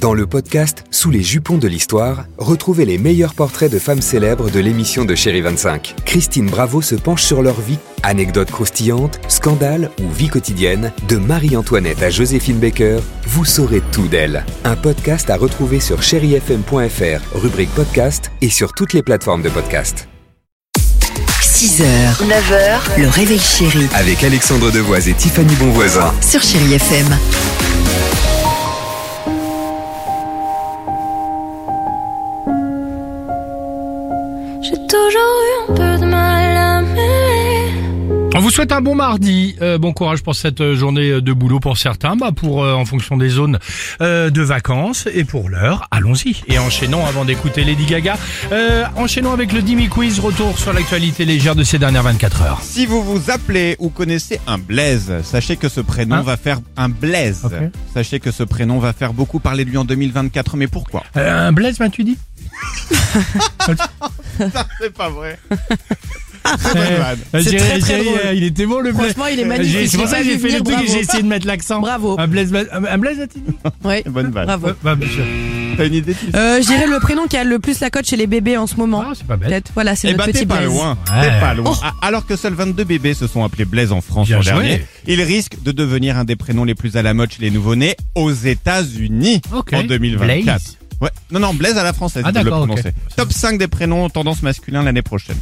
Dans le podcast Sous les jupons de l'histoire, retrouvez les meilleurs portraits de femmes célèbres de l'émission de Chéri 25. Christine Bravo se penche sur leur vie, anecdotes croustillantes, scandales ou vie quotidienne, de Marie-Antoinette à Joséphine Baker, vous saurez tout d'elle. Un podcast à retrouver sur chérifm.fr, rubrique podcast et sur toutes les plateformes de podcast. 6h, 9h, le réveil chéri Avec Alexandre Devoise et Tiffany Bonvoisin. sur Chéri FM. J'ai toujours eu un peu de mal à m'aimer. On vous souhaite un bon mardi, Euh, bon courage pour cette euh, journée de boulot pour certains, bah pour euh, en fonction des zones euh, de vacances et pour l'heure, allons-y. Et enchaînons avant d'écouter Lady Gaga, euh, enchaînons avec le Dimi Quiz, retour sur l'actualité légère de ces dernières 24 heures. Si vous vous appelez ou connaissez un Blaise, sachez que ce prénom Hein va faire un Blaise. Ok. Sachez que ce prénom va faire beaucoup parler de lui en 2024. Mais pourquoi Euh, un Blaise m'as-tu dit C'est pas vrai. Euh, vanne. euh, C'est j'ai- très, très j'ai- drôle. euh, Il est tellement le Blaise. Franchement, il J'ai- est magnifique. C'est pour ça que j'ai fait le truc et j'ai essayé de mettre l'accent. Bravo. Un Blaise, m'a- un Blaise as-tu dit Ouais. Bonne vanne. Bravo. Euh, bah, bien sûr. T'as une idée Tiff Euh, je dirais le prénom qui a le plus la cote chez les bébés en ce moment. Ah, c'est pas bête. Peut-être. Voilà, c'est Eh notre ben petit t'es pas Blaise. loin. Ouais. T'es pas loin. Ah, Alors que seuls 22 bébés se sont appelés Blaise en France Bien l'an joué. dernier, il risque de devenir un des prénoms les plus à la mode chez les nouveau-nés aux États-Unis Ok. en 2024. Blaise. Ouais. Non, non, Blaise à la française. Ah, il faut le d'accord, ok. prononcer. Top 5 des prénoms tendance masculin l'année prochaine.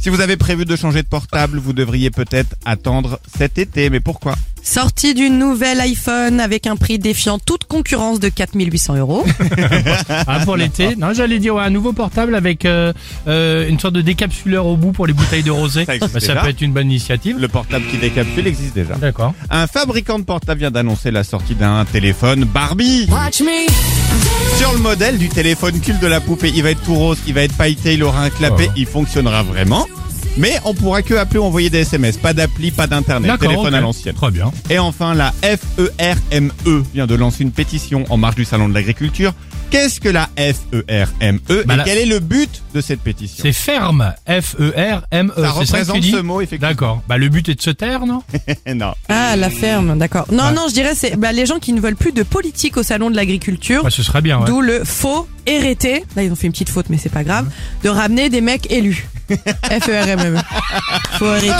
Si vous avez prévu de changer de portable, vous devriez peut-être attendre cet été. Mais pourquoi Sortie du nouvel iPhone avec un prix défiant toute concurrence de 4800 euros. Ah, pour l'été. Non, j'allais dire ouais, un nouveau portable avec euh, euh, une sorte de décapsuleur au bout pour les bouteilles de rosé. Ça existe Bah, ça déjà. peut être une bonne initiative. Le portable qui décapsule existe déjà. D'accord. Un fabricant de portable vient d'annoncer la sortie d'un téléphone Barbie. Sur le modèle du téléphone cul de la poupée, il va être tout rose, il va être pailleté, il aura un clapet, Oh. il fonctionnera vraiment. Mais on pourra que appeler ou envoyer des SMS. Pas d'appli, pas d'internet. D'accord, ok. Téléphone à l'ancienne. Très bien. Et enfin, la E FERME vient de lancer une pétition en marge du salon de l'agriculture. Qu'est-ce que la E FERME Bah, et la- quel est le but de cette pétition C'est ferme. E F-E-R-M-E. Ça c'est ça que tu représente dis ce mot, effectivement. D'accord. Bah, le but est de se taire, non non. Ah, la ferme, d'accord. Non, Ouais. non, je dirais c'est bah, les gens qui ne veulent plus de politique au salon de l'agriculture. bah, Ce serait bien, ouais. D'où le faux hérité. Là, ils ont fait une petite faute, mais c'est pas grave. De ramener des mecs élus. E F-E-R-M-E. Faut arrêter.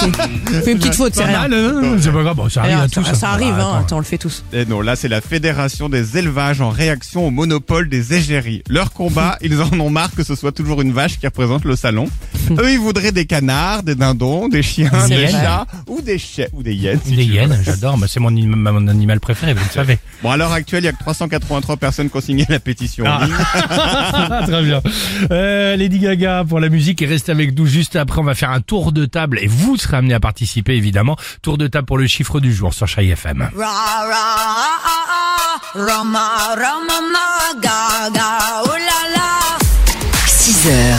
Fait une petite faute, c'est Ah, Pas rien. mal, hein C'est pas grave. Bon, ça arrive Rien, à tous. ça, hein. ça arrive, Bah, hein. attends. Attends, on le fait tous. Et Eh non, là c'est la Fédération des élevages en réaction au monopole des égéries. Leur combat, ils en ont marre que ce soit toujours une vache qui représente le salon. Eux, ils voudraient des canards, des dindons, des chiens, C'est des vrai. chats ou des chiens ou des hyènes. si Des tu veux. hyènes, j'adore. Bah, c'est mon, anim- mon animal préféré, vous le savez. Bon, à l'heure actuelle, il y a que 383 personnes qui ont signé la pétition. en Ah. ligne. Ah, très bien. Euh, Lady Gaga pour la musique et restez avec nous juste après. On va faire un tour de table et vous serez amené à participer évidemment. Tour de table pour le chiffre du jour sur Chai FM. Roma, Gaga, 6h,